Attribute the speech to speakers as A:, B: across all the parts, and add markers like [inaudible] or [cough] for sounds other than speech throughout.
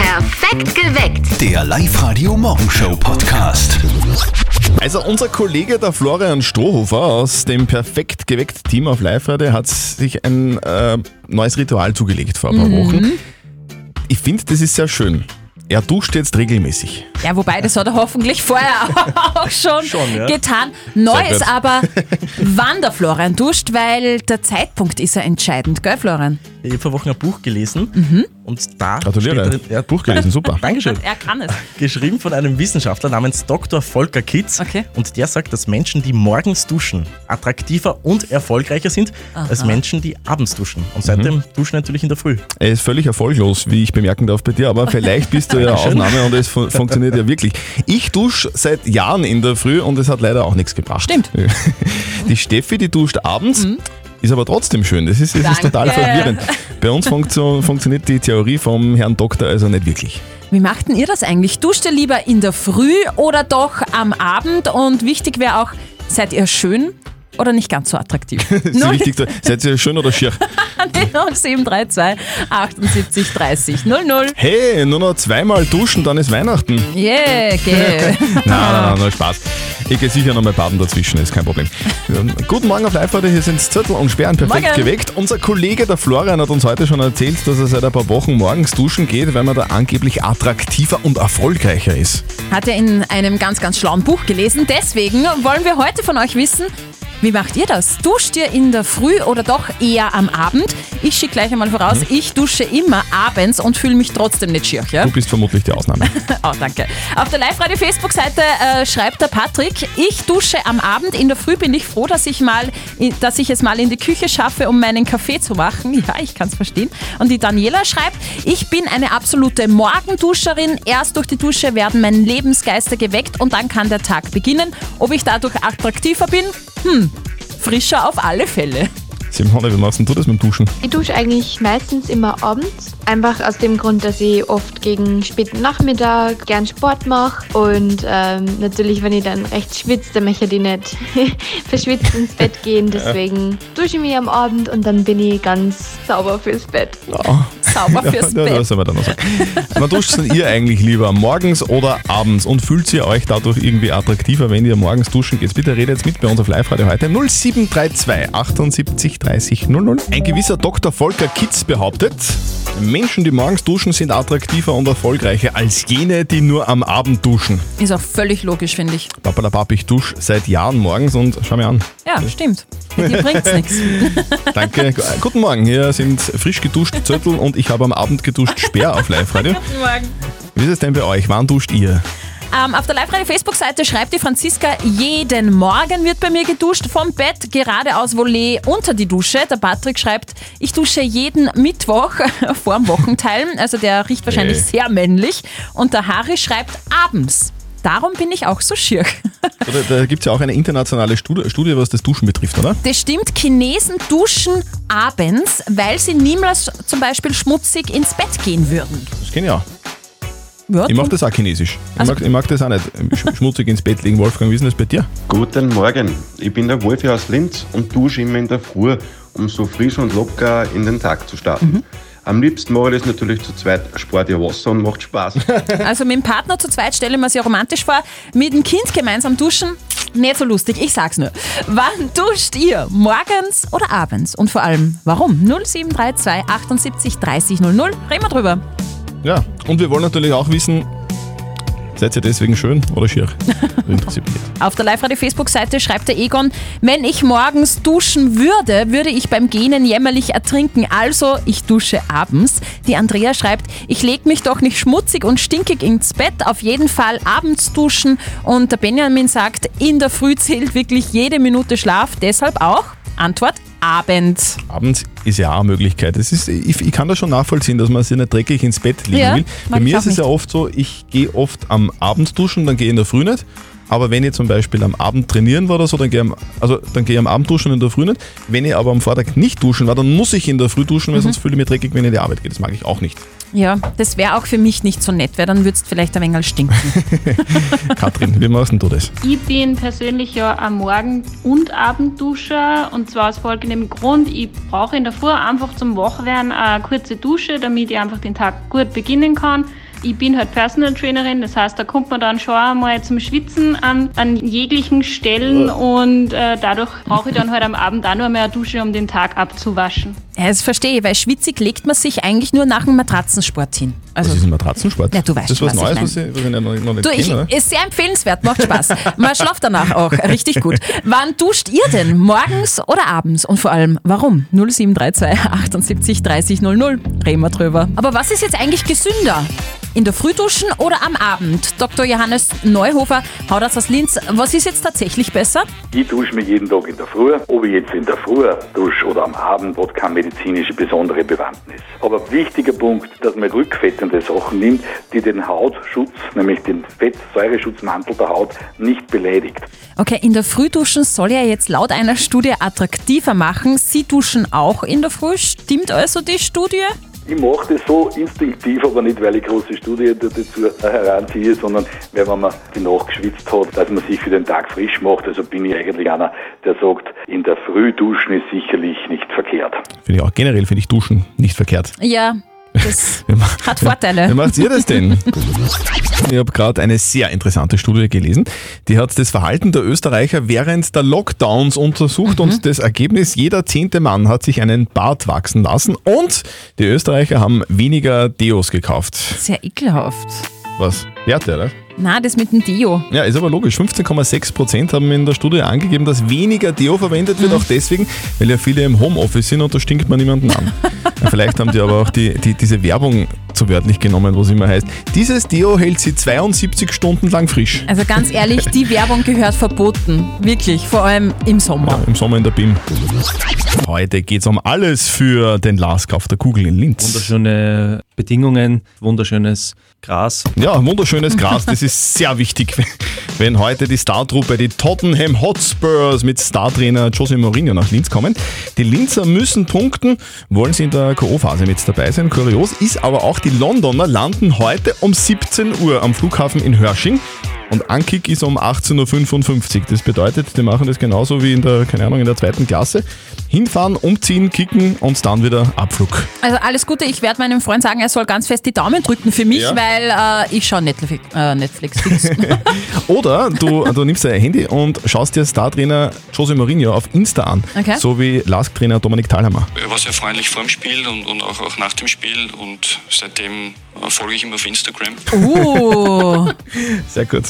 A: Perfekt geweckt.
B: Der Live-Radio Morgenshow Podcast.
C: Also unser Kollege der Florian Strohhofer aus dem perfekt geweckt Team auf live Radio hat sich ein äh, neues Ritual zugelegt vor ein paar Wochen. Ich finde, das ist sehr schön. Er duscht jetzt regelmäßig.
D: Ja, wobei, das hat er hoffentlich vorher [laughs] auch schon,
C: Schon, ja.
D: getan. Neu
C: Sehr
D: ist
C: gut.
D: aber, wann der Florian duscht, weil der Zeitpunkt ist ja entscheidend, gell, Florian?
E: Ich habe vor Wochen ein Buch gelesen und da
C: Gratuliere.
E: steht drin, ja,
C: Buch gelesen, super.
E: Dankeschön.
D: Mhm. Er kann es.
E: Geschrieben von einem Wissenschaftler namens Dr. Volker Kitz.
D: Okay.
E: Und der sagt, dass Menschen, die morgens duschen, attraktiver und erfolgreicher sind als Menschen, die abends duschen. Und seitdem
F: Mhm.
E: duschen natürlich in der Früh.
C: Er ist völlig erfolglos, wie ich bemerken darf bei dir, aber vielleicht bist
D: [laughs]
C: du ja eine Ausnahme und es fun funktioniert ja wirklich. Ich dusche seit Jahren in der Früh und es hat leider auch nichts gebracht.
D: Stimmt.
C: [laughs]
D: Mhm.
C: Die Steffi, die duscht abends. Ist aber trotzdem schön. Das ist, das ist
D: Danke.
C: total verwirrend. Bei uns funktio funktioniert die Theorie vom Herrn Doktor also nicht wirklich.
D: Wie macht denn ihr das eigentlich? Duscht ihr lieber in der Früh oder doch am Abend? Und wichtig wäre auch, seid ihr schön oder nicht ganz so attraktiv?
C: [laughs] Das ist wichtig, seid ihr schön oder schier?
D: 0732 78 30 00.
C: Hey, nur noch zweimal duschen, dann ist Weihnachten. [laughs]
D: Yeah, gell.
C: Nein, nein, nein, nur Spaß. Ich gehe sicher noch mal baden dazwischen, ist kein Problem. Ähm, Guten Morgen auf live heute hier sind Zettel und Sperren perfekt
D: Morgen.
C: geweckt. Unser Kollege, der Florian, hat uns heute schon erzählt, dass er seit ein paar Wochen morgens duschen geht, weil man da angeblich attraktiver und erfolgreicher ist.
D: Hat er in einem ganz, ganz schlauen Buch gelesen. Deswegen wollen wir heute von euch wissen, wie macht ihr das? Duscht ihr in der Früh oder doch eher am Abend? Ich schicke gleich einmal voraus, ich dusche immer abends und fühle mich trotzdem nicht schier. Ja?
C: Du bist vermutlich die Ausnahme.
D: Oh, danke. Auf der Live-Radio-Facebook-Seite äh, schreibt der Patrick, ich dusche am Abend. In der Früh bin ich froh, dass ich, mal, dass ich es mal in die Küche schaffe, um meinen Kaffee zu machen. [laughs] Ja, ich kann es verstehen. Und die Daniela schreibt, ich bin eine absolute Morgenduscherin. Erst durch die Dusche werden meine Lebensgeister geweckt und dann kann der Tag beginnen. Ob ich dadurch attraktiver bin? Hm, frischer auf alle Fälle. [laughs]
C: Simone, wie machst denn du das mit dem Duschen?
G: Ich dusche eigentlich meistens immer abends. Einfach aus dem Grund, dass ich oft gegen späten Nachmittag gern Sport mache. Und ähm, natürlich, wenn ich dann recht schwitze, dann möchte ich nicht [laughs] verschwitzt ins Bett gehen. Deswegen dusche ich mich am Abend und dann bin ich ganz sauber fürs Bett.
D: [laughs] Sauber fürs
C: ja,
D: Bett.
C: das soll man dann noch sagen. Man duscht denn ihr eigentlich lieber morgens oder abends und fühlt ihr euch dadurch irgendwie attraktiver, wenn ihr morgens duschen geht? Bitte redet mit bei uns auf Live-Radio heute 0732 78 30 00. Ein gewisser Dr. Volker Kitz behauptet, Menschen, die morgens duschen, sind attraktiver und erfolgreicher als jene, die nur am Abend duschen.
D: Ist auch völlig logisch, finde ich.
C: Papalapap, ich dusche seit Jahren morgens und schau mir an.
D: Ja, stimmt. Mit
C: [laughs]
D: dir bringt's nichts.
C: Danke. Gu- [laughs] Guten Morgen, hier sind frisch geduscht Zettel und ich habe am Abend geduscht Speer auf Live-Radio.
D: Guten Morgen.
C: Wie ist es denn bei euch? Wann duscht ihr?
D: Ähm, auf der Live-Radio-Facebook-Seite schreibt die Franziska, jeden Morgen wird bei mir geduscht, vom Bett geradeaus Volley unter die Dusche. Der Patrick schreibt, ich dusche jeden Mittwoch [laughs] vor dem Wochenteilen. Also der riecht wahrscheinlich
C: Nee.
D: sehr männlich. Und der Harry schreibt, abends. Darum bin ich auch so schier. [laughs]
C: Oder da gibt es ja auch eine internationale Studie, Studie, was das Duschen betrifft, oder?
D: Das stimmt, Chinesen duschen abends, weil sie niemals zum Beispiel schmutzig ins Bett gehen würden.
C: Das kenne ich auch.
D: Ja,
C: Ich mache das auch chinesisch. Ich,
D: Also
C: mag, ich mag das auch nicht. Sch- Schmutzig ins Bett legen. Wolfgang, wie ist denn das bei dir?
H: Guten Morgen, ich bin der Wolfi aus Linz und dusche immer in der Früh, um so frisch und locker in den Tag zu starten. Am liebsten mache ich das natürlich zu zweit, spart ihr Wasser und macht Spaß.
D: [laughs] Also mit dem Partner zu zweit stelle ich mir sehr romantisch vor. Mit dem Kind gemeinsam duschen, nicht so lustig, ich sag's nur. Wann duscht ihr? Morgens oder abends? Und vor allem, warum? 0732 78 30 00. Reden wir drüber.
C: Ja. Und wir wollen natürlich auch wissen, seid ihr deswegen schön oder [laughs] schier? Interessiert mich.
D: Auf der Live-Radio-Facebook-Seite schreibt der Egon, wenn ich morgens duschen würde, würde ich beim Gähnen jämmerlich ertrinken. Also, ich dusche abends. Die Andrea schreibt, ich lege mich doch nicht schmutzig und stinkig ins Bett, auf jeden Fall abends duschen. Und der Benjamin sagt, in der Früh zählt wirklich jede Minute Schlaf, deshalb auch Antwort Abend.
C: Abends ist ja auch eine Möglichkeit. Das ist, ich, ich kann das schon nachvollziehen, dass man sich nicht dreckig ins Bett legen
D: Ja,
C: will. Bei
D: mag ich
C: mir
D: auch
C: ist es ja oft so, ich gehe oft am Abend duschen, dann gehe ich in der Früh nicht. Aber wenn ich zum Beispiel am Abend trainieren war oder so, dann gehe ich, am- also, dann gehe ich am Abend duschen und in der Früh nicht. Wenn ich aber am Vortag nicht duschen war, dann muss ich in der Früh duschen,
D: Mhm.
C: weil sonst fühle ich mich dreckig, wenn ich in die Arbeit gehe. Das mag ich auch nicht.
D: Ja, das wäre auch für mich nicht so nett, weil dann würdest vielleicht ein wenig stinken.
C: Katrin, wie machst denn du das?
I: Ich bin persönlich ja am Morgen- und Abendduscher und zwar aus folgendem Grund. Ich brauche in der Früh einfach zum Wachwerden eine kurze Dusche, damit ich einfach den Tag gut beginnen kann. Ich bin halt Personal Trainerin, das heißt, da kommt man dann schon einmal zum Schwitzen an, an jeglichen Stellen und äh, dadurch brauche ich dann halt am Abend auch nur mehr eine Dusche, um den Tag abzuwaschen.
D: Ja, das verstehe ich, weil schwitzig legt man sich eigentlich nur nach dem Matratzensport hin. Also,
C: Das ist ein Matratzensport.
D: Ja, du weißt
C: das ist was
D: schon, was ich
C: Neues, was ich, was ich noch noch nicht
D: Du, ich,
C: kenne, oder?
D: ist sehr empfehlenswert, macht Spaß. Man schlaft danach auch, richtig gut. Wann duscht ihr denn? Morgens oder abends? Und vor allem, warum? 0732 78 30 00. Reden wir drüber. Aber was ist jetzt eigentlich gesünder? In der Früh duschen oder am Abend? Dr. Johannes Neuhofer, Haudarzt aus Linz, was ist jetzt tatsächlich besser?
A: Ich dusche mich jeden Tag in der Früh. Ob ich jetzt in der Früh dusche oder am Abend, hat keine medizinische besondere Bewandtnis. Aber wichtiger Punkt, dass man rückfettende Sachen nimmt, die den Hautschutz, nämlich den Fettsäureschutzmantel der Haut, nicht beleidigt.
D: Okay, in der Früh duschen soll ja jetzt laut einer Studie attraktiver machen. Sie duschen auch in der Früh. Stimmt also die Studie?
A: Ich mache das so instinktiv, aber nicht, weil ich große Studien da- dazu heranziehe, sondern weil wenn man die Nacht geschwitzt hat, dass man sich für den Tag frisch macht. Also bin ich eigentlich einer, der sagt, in der Früh duschen ist sicherlich nicht verkehrt.
C: Finde ich auch generell, finde ich Duschen nicht verkehrt.
D: Ja, das
C: Wir machen-
D: hat Vorteile.
C: Wie macht ihr das denn? Ich habe gerade eine sehr interessante Studie gelesen. Die hat das Verhalten der Österreicher während der Lockdowns untersucht
D: Mhm.
C: und das Ergebnis, jeder zehnte Mann hat sich einen Bart wachsen lassen und die Österreicher haben weniger Deos gekauft.
D: Sehr ekelhaft.
C: Was? Werte, oder?
D: Na, das mit dem Dio.
C: Ja, ist aber logisch. 15,6% haben in der Studie angegeben, dass weniger Deo verwendet wird, auch deswegen, weil ja viele im Homeoffice sind und da stinkt man niemanden an. Ja, Vielleicht haben die aber auch die, die, diese Werbung zu wörtlich genommen, wo es immer heißt, dieses Deo hält sie 72 Stunden lang frisch.
D: Also ganz ehrlich, die Werbung gehört verboten. Wirklich, vor allem im Sommer.
C: Im Sommer in der BIM. Heute geht's um alles für den Lask auf der Kugel in Linz.
F: Wunderschöne Bedingungen, wunderschönes Gras.
C: Ja, wunderschönes Gras, das ist sehr wichtig, [laughs] wenn- wenn heute die Startruppe, die Tottenham Hotspurs mit Startrainer Jose Mourinho nach Linz kommen. Die Linzer müssen punkten, wollen sie in der K.O.-Phase mit dabei sein. Kurios ist aber auch, die Londoner landen heute um 17 Uhr am Flughafen in Hörsching. Und Ankick ist um 18.55 Uhr. Das bedeutet, die machen das genauso wie in der, keine Ahnung, in der zweiten Klasse. Hinfahren, umziehen, kicken und dann wieder Abflug.
D: Also alles Gute, ich werde meinem Freund sagen, er soll ganz fest die Daumen drücken für mich,
C: Ja.
D: weil äh, ich schaue Netflix. Äh, Netflix fix.
C: Oder du, [laughs] du nimmst dein Handy und schaust dir Star-Trainer Jose Mourinho auf Insta an.
D: Okay.
C: So wie Lask-Trainer Dominik Thalhammer.
J: Er war sehr Äh, freundlich vor dem Spiel und, und auch, auch nach dem Spiel und seitdem äh, folge ich ihm auf Instagram.
D: uh,
C: Sehr gut.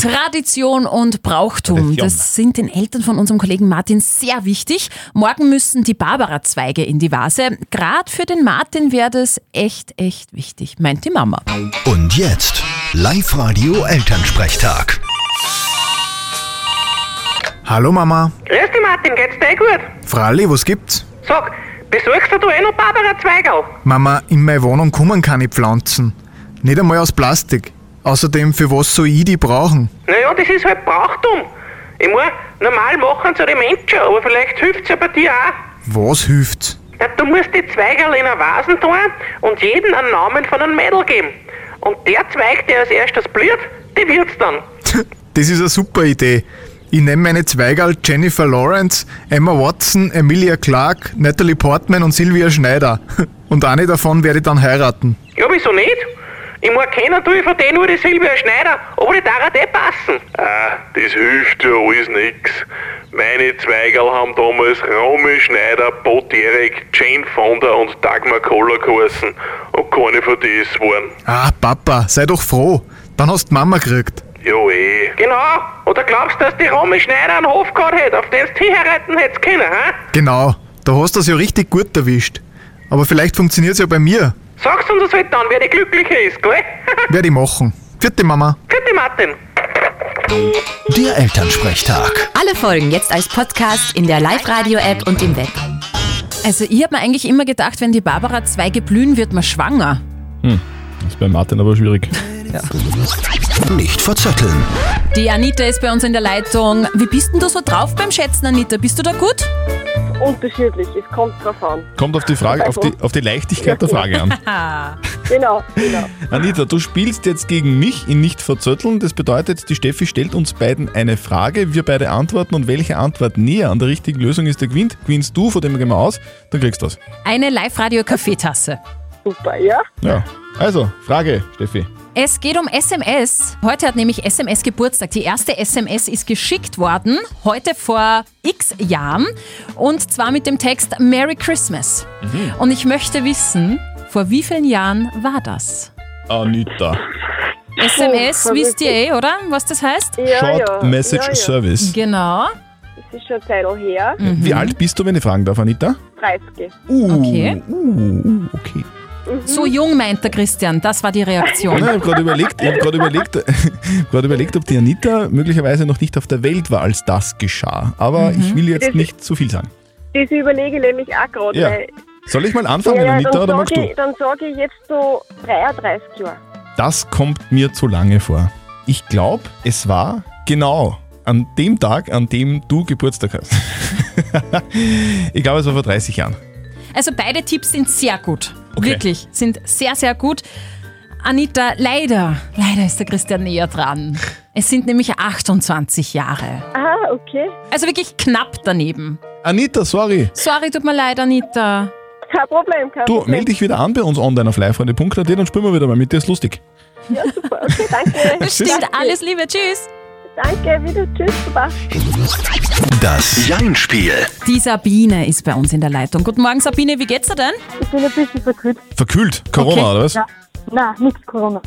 D: Tradition und Brauchtum,
C: Tradition.
D: das sind den Eltern von unserem Kollegen Martin sehr wichtig. Morgen müssen die Barbara-Zweige in die Vase. Gerade für den Martin wäre das echt, echt wichtig, meint die Mama.
B: Und jetzt Live-Radio Elternsprechtag.
K: Hallo Mama.
J: Grüß dich Martin, geht's dir eh gut?
K: Fralli, was gibt's?
J: Sag, besuchst du eh noch Barbara Zweigau?
K: Mama, in meine Wohnung kommen keine Pflanzen. Nicht einmal aus Plastik. Außerdem, für was soll ich die brauchen?
J: Naja, das ist halt Brauchtum. Ich meine, normal machen sie die Menschen, aber vielleicht hilft es ja bei dir auch.
K: Was hilft's?
J: Na, du musst die Zweigerl in eine Vasen tun und jedem einen Namen von einem Mädel geben. Und der Zweig, der als erstes blüht, die wird's dann.
K: Das ist eine super Idee. Ich nehme meine Zweigerl Jennifer Lawrence, Emma Watson, Emilia Clarke, Natalie Portman und Sylvia Schneider. [laughs] Und eine davon werde ich dann heiraten.
J: Ja, wieso nicht? Ich mag kennen, tue ich von denen nur die Silvia Schneider, aber die darf eh passen.
A: Ah, das hilft ja alles nix. Meine Zweigerl haben damals Romy Schneider, Bo Derek, Jane Fonda und Dagmar Koller geheißen. Und keine von dies waren.
K: Ah, Papa, sei doch froh. Dann hast du Mama gekriegt.
A: Ja eh.
J: Genau, oder glaubst du, dass die Romy Schneider einen Hof gehabt hätte, auf den sie hinreiten hätte können, hä?
K: Genau, da hast du es ja richtig gut erwischt. Aber vielleicht funktioniert's ja bei mir.
J: Sag's uns das halt dann, wer die Glückliche ist, gell? [laughs]
K: Werde ich machen. Vierte Mama.
J: Vierte Martin.
B: Der Elternsprechtag.
L: Alle Folgen jetzt als Podcast in der Live-Radio-App und im Web.
D: Also ich habe mir eigentlich immer gedacht, wenn die Barbara Zweige blühen, wird man schwanger.
C: Ist bei Martin aber schwierig.
B: Nicht verzetteln.
D: Die Anita ist bei uns in der Leitung. Wie bist denn du so drauf beim Schätzen, Anita? Bist du da gut?
J: Unterschiedlich, es kommt drauf an.
C: Kommt auf die Frage, auf die, auf die Leichtigkeit der Frage an.
J: Genau, genau.
C: Anita, du spielst jetzt gegen mich in Nicht verzötteln. Das bedeutet, die Steffi stellt uns beiden eine Frage, wir beide antworten und welche Antwort näher an der richtigen Lösung ist, der gewinnt. Gewinnst du, von dem gehen wir aus, dann kriegst du das.
D: Eine Live-Radio-Kaffeetasse.
M: super, ja?
C: Ja. Also, Frage, Steffi.
D: Es geht um SMS. Heute hat nämlich SMS Geburtstag. Die erste SMS ist geschickt worden, heute vor x Jahren. Und zwar mit dem Text Merry Christmas.
C: Mhm.
D: Und ich möchte wissen, vor wie vielen Jahren war das?
C: Anita.
D: SMS,
M: Oh,
D: wisst ihr eh, oder? Was das heißt?
M: Ja,
C: Short
M: ja.
C: Message
M: ja, ja.
C: Service.
D: Genau.
M: Das ist schon ein Teil her.
C: Wie alt bist du, wenn ich fragen darf, Anita?
M: 30.
C: Uh,
D: Okay.
C: Uh, uh, okay.
D: So jung meint der Christian. Das war die Reaktion.
C: [laughs] Nein, ich habe gerade überlegt, ich hab grad überlegt, [laughs] ich hab grad überlegt, ob die Anita möglicherweise noch nicht auf der Welt war, als das geschah. Aber
M: Mhm.
C: ich will jetzt
M: Das-
C: nicht zu viel sagen.
M: Das überlege ich nämlich auch gerade.
C: Ja.
M: weil-
C: Soll ich mal anfangen,
M: Ja, ja,
C: Anita,
M: dann
C: oder
M: sag
C: magst du?
M: ich, Dann sage ich jetzt so 33 Jahre.
C: Das kommt mir zu lange vor. Ich glaube, es war genau an dem Tag, an dem du Geburtstag hast. [laughs] ich glaube, es war vor 30 Jahren.
D: Also beide Tipps sind sehr gut.
C: Okay.
D: Wirklich, sind sehr, sehr gut. Anita, leider, leider ist der Christian näher dran. Es sind nämlich 28 Jahre.
M: Ah, okay.
D: Also wirklich knapp daneben.
C: Anita, sorry.
D: Sorry, tut mir leid, Anita.
M: Kein Problem, kein
C: Du, meld dich wieder an bei uns online auf livefreunde.at, dann spielen wir wieder mal mit dir, ist lustig.
M: Ja, super. Okay,
K: [laughs]
M: danke. [laughs]
C: Das stimmt.
M: Danke.
D: Alles Liebe, tschüss.
M: Danke, wieder. Tschüss, Baba.
B: Das Jein-Spiel.
D: Die Sabine ist bei uns in der Leitung. Guten Morgen, Sabine, wie geht's dir denn?
N: Ich bin ein bisschen verkühlt.
C: Verkühlt, Corona, oder was?
N: Ja. Nein, nichts Corona.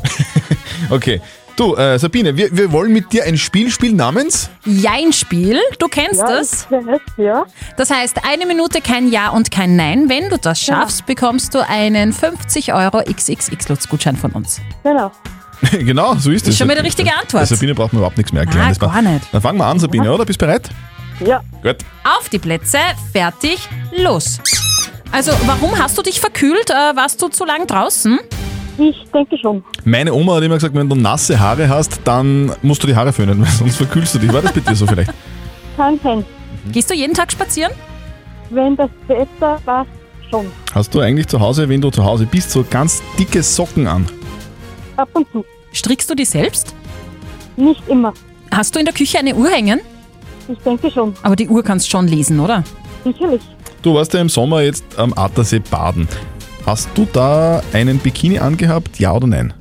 C: Okay. Du, äh, Sabine, wir, wir wollen mit dir ein Spiel spielen namens. [laughs]
D: Jein-Spiel, du kennst
N: Ja,
D: das? Das heißt, eine Minute kein Ja und kein Nein. Wenn du das schaffst, bekommst du einen 50 Euro XXX-Lutz-Gutschein von uns.
N: Genau.
C: genau, so ist
D: Ist
C: es.
D: schon mal die richtige Antwort.
C: Sabine braucht man überhaupt nichts mehr erklären.
D: Nein,
C: Das war-
D: gar nicht.
C: Dann fangen wir an, Sabine, oder? Bist bereit?
N: Ja.
C: Gut.
D: Auf die Plätze, fertig, los. Also, warum hast du dich verkühlt? Äh, warst du zu lang draußen?
N: Ich denke schon.
C: Meine Oma hat immer gesagt, wenn du nasse Haare hast, dann musst du die Haare föhnen, [laughs] weil sonst verkühlst du dich. War das bei dir so vielleicht?
N: Kein Fan.
D: Gehst du jeden Tag spazieren?
N: Wenn das Wetter passt, schon.
C: Hast du eigentlich zu Hause, wenn du zu Hause bist, so ganz dicke Socken an?
N: Ab und zu.
D: Strickst du die selbst?
N: Nicht immer.
D: Hast du in der Küche eine Uhr hängen?
N: Ich denke schon.
D: Aber die Uhr kannst schon lesen, oder?
N: Sicherlich.
C: Du warst ja im Sommer jetzt am Attersee baden. Hast du da einen Bikini angehabt, ja oder nein?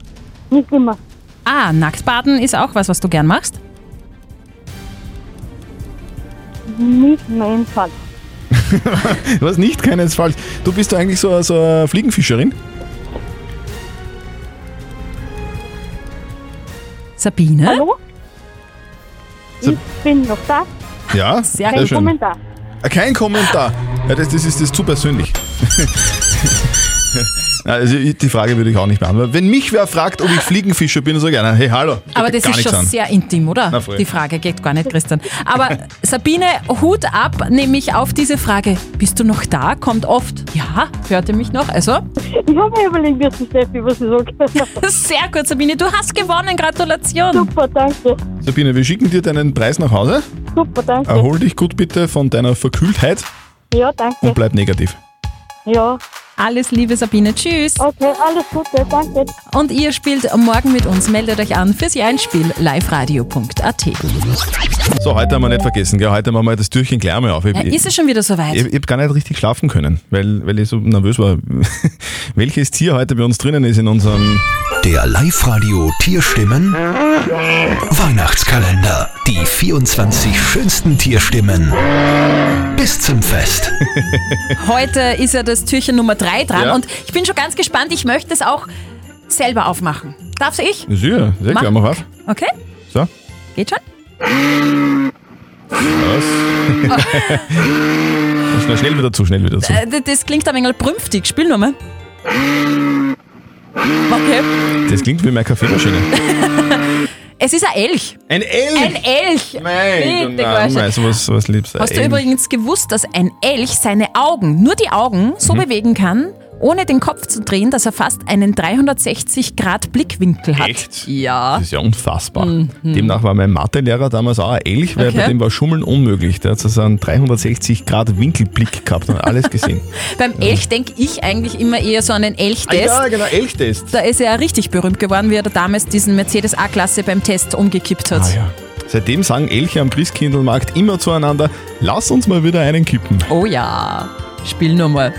N: Nicht immer.
D: Ah, Nacktbaden ist auch was, was du gern machst.
N: Nicht mein Fall.
C: Was nicht, keinesfalls. Du bist doch eigentlich so, so eine Fliegenfischerin.
D: Sabine?
N: Hallo?
C: Sab-
N: Ich bin noch da.
C: Ja,
N: Kein Kommentar.
C: Ah, Kein Kommentar. Ja, das, das, ist, das ist zu persönlich. [laughs] Na, Also ich- die Frage würde ich auch nicht beantworten. Wenn mich wer fragt, ob ich Fliegenfischer bin, sage ich einer, hey, hallo. geht
D: Aber das
C: gar
D: ist
C: nichts
D: schon
C: an.
D: sehr intim, oder?
C: Na, voll.
D: Die Frage geht gar nicht, Christian.
C: [laughs]
D: Aber Sabine, Hut ab, nämlich auf diese Frage. Bist du noch da? Kommt oft. Ja, hört ihr mich noch? Also, [laughs]
N: Ich habe mir überlegt, wie es Steffi, was sie sagt. [laughs]
D: sehr gut, Sabine. Du hast gewonnen. Gratulation.
N: Super, danke.
C: Sabine, wir schicken dir deinen Preis nach Hause.
N: Super, danke.
C: Erhol dich gut bitte von deiner Verkühltheit
N: Ja, danke.
C: und bleib negativ.
N: Ja.
D: Alles Liebe, Sabine. Tschüss.
N: Okay, alles Gute. Danke.
D: Und ihr spielt morgen mit uns. Meldet euch an fürs Einspiel liveradio.at.
C: So, heute haben wir nicht vergessen, gell? heute machen wir das Türchen gleich mal auf. Ich,
D: Ja, ist es schon wieder
C: ich,
D: soweit?
C: ich hab gar nicht richtig schlafen können, weil, weil ich so nervös war. [laughs] Welches Tier heute bei uns drinnen ist in unserem...
B: Der Live-Radio Tierstimmen. Weihnachtskalender. Die 24 schönsten Tierstimmen. Bis zum Fest.
D: Heute ist ja das Türchen Nummer 3 dran
C: Ja.
D: und ich bin schon ganz gespannt. Ich möchte es auch selber aufmachen. Darf ich?
C: Sehr, sehr
D: Mach.
C: klar, mach auf.
D: Okay?
C: So.
D: Geht schon?
C: [laughs] Was? schnell, schnell wieder zu, schnell wieder zu.
D: Äh, d- Das klingt ein wenig prünftig. Spiel nochmal. Okay.
C: Das klingt wie meine Kaffeemaschine.
D: Es ist ein Elch.
C: Ein Elch?
D: Ein Elch.
C: Nein,
D: Bitte,
C: nein,
D: Gorsche.
C: nein, sowas, sowas liebst
D: Hast du übrigens gewusst, dass ein Elch seine Augen, nur die Augen, so
C: Mhm.
D: bewegen kann, ohne den Kopf zu drehen, dass er fast einen 360-Grad-Blickwinkel hat?
C: Echt?
D: Ja.
C: Das ist ja unfassbar.
D: Mhm.
C: Demnach war mein Mathelehrer damals auch ein Elch, weil
D: Okay.
C: bei dem war Schummeln unmöglich. Der hat so einen 360-Grad-Winkelblick gehabt und alles
D: [laughs]
C: gesehen.
D: Beim Elch denke ich eigentlich immer eher so an den Elchtest.
C: genau, Elchtest.
D: Da ist er ja richtig berühmt geworden, wie er da damals diesen Mercedes A-Klasse beim Test umgekippt hat.
C: Ah, ja. Seitdem sagen Elche am Christkindlmarkt immer zueinander, lass uns mal wieder einen kippen.
D: Oh ja, spiel nur mal.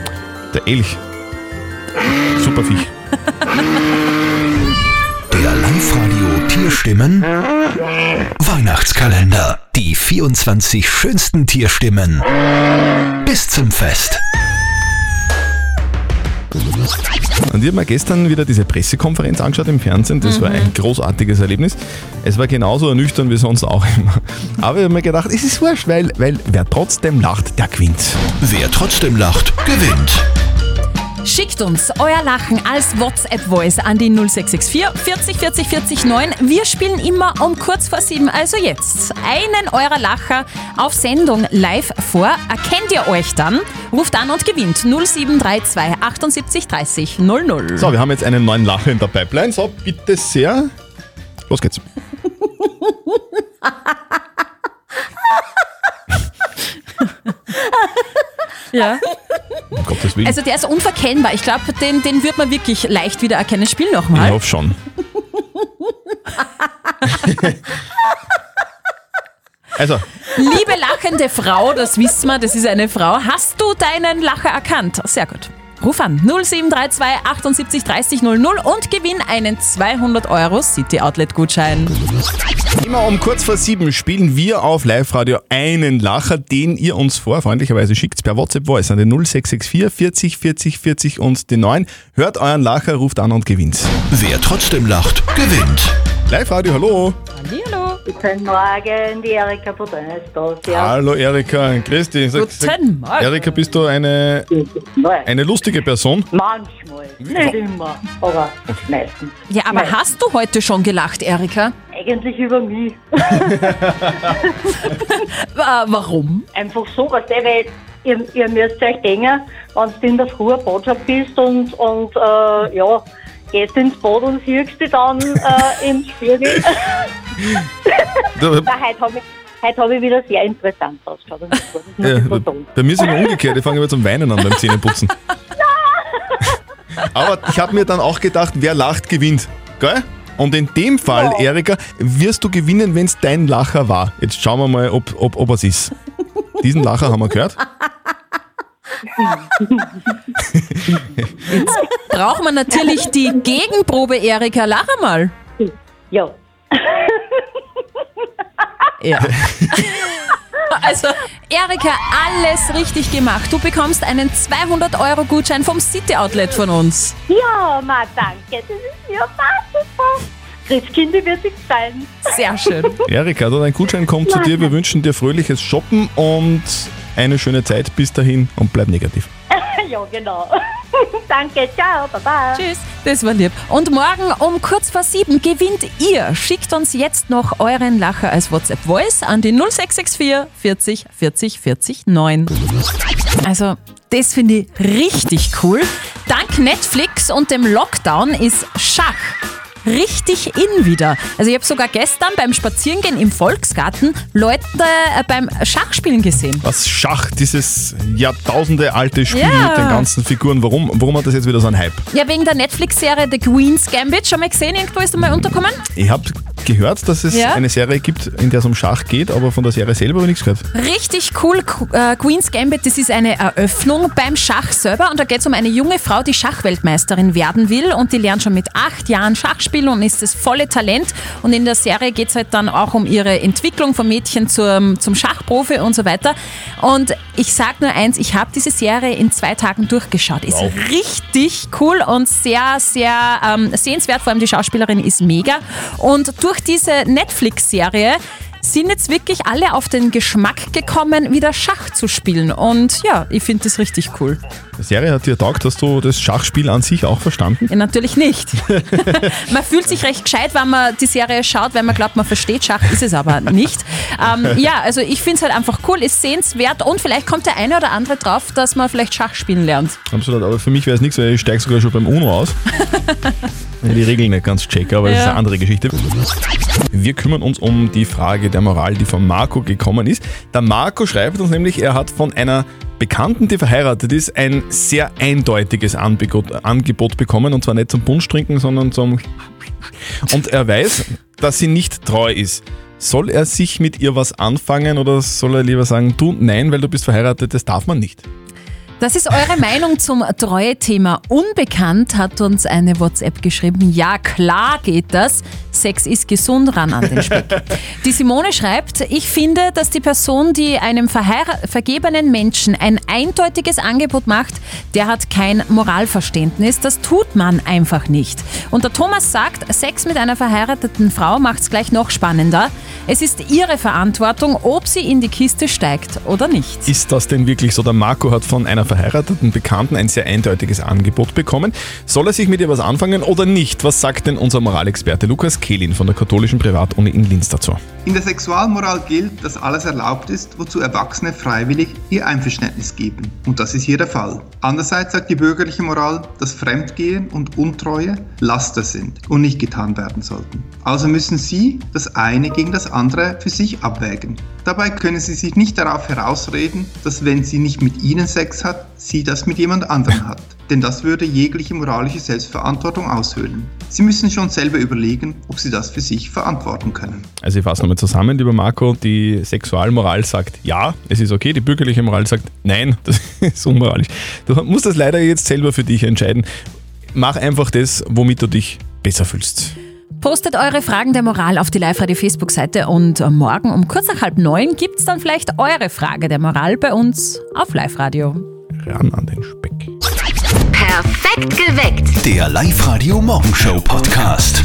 C: Der Elch. Super super Viech.
B: Der Live-Radio Tierstimmen. Weihnachtskalender. Die 24 schönsten Tierstimmen. Bis zum Fest.
C: Und ich habe mir gestern wieder diese Pressekonferenz angeschaut im Fernsehen. Das war ein großartiges Erlebnis. Es war genauso ernüchternd wie sonst auch immer. Aber ich habe mir gedacht, es ist wurscht, weil, weil wer trotzdem lacht, der gewinnt.
B: Wer trotzdem lacht, gewinnt.
D: Schickt uns euer Lachen als WhatsApp-Voice an die 0664 40 40 40 9. Wir spielen immer um kurz vor sieben, also jetzt, einen eurer Lacher auf Sendung live vor. Erkennt ihr euch dann? Ruft an und gewinnt 0732 78 30 00.
C: So, wir haben jetzt einen neuen Lacher in der Pipeline. So, bitte sehr. Los geht's.
D: Ja.
C: Um Gottes Willen.
D: Also der ist unverkennbar. Ich glaube, den, den wird man wirklich leicht wieder erkennen. Spiel
C: ich
D: nochmal.
C: hoffe schon. also,
D: Liebe lachende Frau, das wisst man, das ist eine Frau. Hast du deinen Lacher erkannt? Sehr gut. Ruf an 0732 78 30 00 und gewinn einen 200 Euro City Outlet Gutschein.
C: Immer um kurz vor sieben spielen wir auf Live-Radio einen Lacher, den ihr uns vor, freundlicherweise schickt per WhatsApp-Voice an den 0664 40 40 40 und den 9. Hört euren Lacher, ruft an und gewinnt.
B: Wer trotzdem lacht, gewinnt.
C: Live-Radio, hallo.
D: Hallo.
O: Guten Morgen, die Erika Budon ist das, ja.
C: Hallo Erika, grüß dich. Sag-
O: Guten
C: sag-
O: Morgen.
C: Erika, bist du eine,
O: Morgen.
C: eine lustige Person?
O: Manchmal, nicht immer, aber meistens.
D: Ja, aber
O: Nein.
D: hast du heute schon gelacht, Erika?
O: Eigentlich über mich.
D: warum?
O: Einfach so, was der, weil ihr, ihr müsst euch denken, wenn du in der Früh eine Botschaft bist und, und äh, ja, gehst ins Bad und siehst dich dann äh, im Spiegel.
C: Du-
O: Na, heute habe ich, heute hab ich wieder sehr interessant ausgeschaut. und das war das
C: Äh,
O: nicht so dumm.
C: bei mir ist immer umgekehrt, ich fange immer zum Weinen an beim Zähneputzen. [laughs] Aber ich habe mir dann auch gedacht, wer lacht, gewinnt. Gell? Und in dem Fall, Erika, wirst du gewinnen, wenn es dein Lacher war. Jetzt schauen wir mal, ob, ob, ob es ist. Diesen Lacher haben wir gehört.
D: Jetzt braucht man natürlich [laughs] die Gegenprobe, Erika. Lach mal.
O: Ja.
D: [laughs] Ja. Also, Erika, alles richtig gemacht. Du bekommst einen 200-Euro-Gutschein vom City Outlet von uns.
O: Ja, ma, danke, das ist mir super. Christkindl wird sich freuen. [laughs]
D: Sehr schön.
C: Erika, dein Gutschein kommt zu dir. Wir wünschen dir fröhliches Shoppen und eine schöne Zeit. Bis dahin und bleib negativ.
O: ja, genau. [laughs] danke, ciao, baba.
D: Tschüss. Das war lieb. Und morgen um kurz vor sieben gewinnt ihr. Schickt uns jetzt noch euren Lacher als WhatsApp-Voice an die 0664 40 40 40 9. Also, das finde ich richtig cool. Dank Netflix und dem Lockdown ist Schach richtig in wieder. Also ich habe sogar gestern beim Spazierengehen im Volksgarten Leute äh, beim Schachspielen gesehen.
C: Was Schach, dieses Jahrtausende alte Spiel
D: Ja.
C: mit den ganzen Figuren. Warum, warum hat das jetzt wieder so einen Hype?
D: Ja, wegen der Netflix-Serie The Queen's Gambit. Schon mal gesehen? Irgendwo ist einmal unterkommen?
C: Ich habe gehört, dass es
D: Ja?
C: eine Serie gibt, in der es um Schach geht, aber von der Serie selber habe ich nichts gehört.
D: Richtig cool, Qu- äh, Queen's Gambit, das ist eine Eröffnung beim Schach selber und da geht es um eine junge Frau, die Schachweltmeisterin werden will und die lernt schon mit acht Jahren Schach spielen und ist das volle Talent und in der Serie geht es halt dann auch um ihre Entwicklung vom Mädchen zum, zum Schachprofi und so weiter und ich sag nur eins, ich habe diese Serie in zwei Tagen durchgeschaut, ist
P: Wow.
D: richtig cool und sehr, sehr ähm, sehenswert, vor allem die Schauspielerin ist mega und durch diese Netflix-Serie sind jetzt wirklich alle auf den Geschmack gekommen, wieder Schach zu spielen. Und ja, ich finde das richtig cool.
C: Die Serie hat dir taugt, hast du das Schachspiel an sich auch verstanden?
D: Ja, natürlich nicht. [laughs] man fühlt sich recht gescheit, wenn man die Serie schaut, wenn man glaubt, man versteht Schach, ist es aber nicht. Ähm, ja, also ich finde es halt einfach cool, ist sehenswert und vielleicht kommt der eine oder andere drauf, dass man vielleicht Schach spielen lernt.
C: Absolut, aber für mich wäre es nichts, weil ich steige sogar schon beim UNO aus. [laughs] Wenn ich die Regeln nicht ganz checke, aber das ist
D: Ja.
C: eine andere Geschichte. Wir kümmern uns um die Frage der Moral, die von Marco gekommen ist. Der Marco schreibt uns nämlich, er hat von einer Bekannten, die verheiratet ist, ein sehr eindeutiges Angebot, Angebot bekommen und zwar nicht zum Punsch trinken, sondern zum und er weiß, dass sie nicht treu ist. Soll er sich mit ihr was anfangen oder soll er lieber sagen, du nein, weil du bist verheiratet, das darf man nicht?
D: Das ist eure Meinung zum Treue-Thema. Unbekannt hat uns eine WhatsApp geschrieben, ja klar geht das, Sex ist gesund, ran an den Speck. Die Simone schreibt, ich finde, dass die Person, die einem verheira- vergebenen Menschen ein eindeutiges Angebot macht, der hat kein Moralverständnis. Das tut man einfach nicht. Und der Thomas sagt, Sex mit einer verheirateten Frau macht es gleich noch spannender. Es ist ihre Verantwortung, ob sie in die Kiste steigt oder nicht.
C: Ist das denn wirklich so? Der Marco hat von einer verheirateten Bekannten ein sehr eindeutiges Angebot bekommen. Soll er sich mit ihr was anfangen oder nicht? Was sagt denn unser Moralexperte Lukas Kehlin von der katholischen Privatuni in Linz dazu?
P: In der Sexualmoral gilt, dass alles erlaubt ist, wozu Erwachsene freiwillig ihr Einverständnis geben. Und das ist hier der Fall. Andererseits sagt die bürgerliche Moral, dass Fremdgehen und Untreue Laster sind und nicht getan werden sollten. Also müssen Sie das eine gegen das andere für sich abwägen. Dabei können Sie sich nicht darauf herausreden, dass wenn sie nicht mit Ihnen Sex hat, sie das mit jemand anderem hat. Denn das würde jegliche moralische Selbstverantwortung aushöhlen. Sie müssen schon selber überlegen, ob Sie das für sich verantworten können.
C: Also ich fasse nochmal zusammen, lieber Marco, die Sexualmoral sagt ja, es ist okay, die bürgerliche Moral sagt nein, [laughs] das ist unmoralisch. Du musst das leider jetzt selber für dich entscheiden. Mach einfach das, womit du dich besser fühlst.
D: Postet eure Fragen der Moral auf die Live-Radio-Facebook-Seite und morgen um kurz nach halb neun gibt es dann vielleicht eure Frage der Moral bei uns auf Live-Radio.
C: Ran an den Speck.
L: Perfekt geweckt.
B: Der Live-Radio Morgenshow Podcast.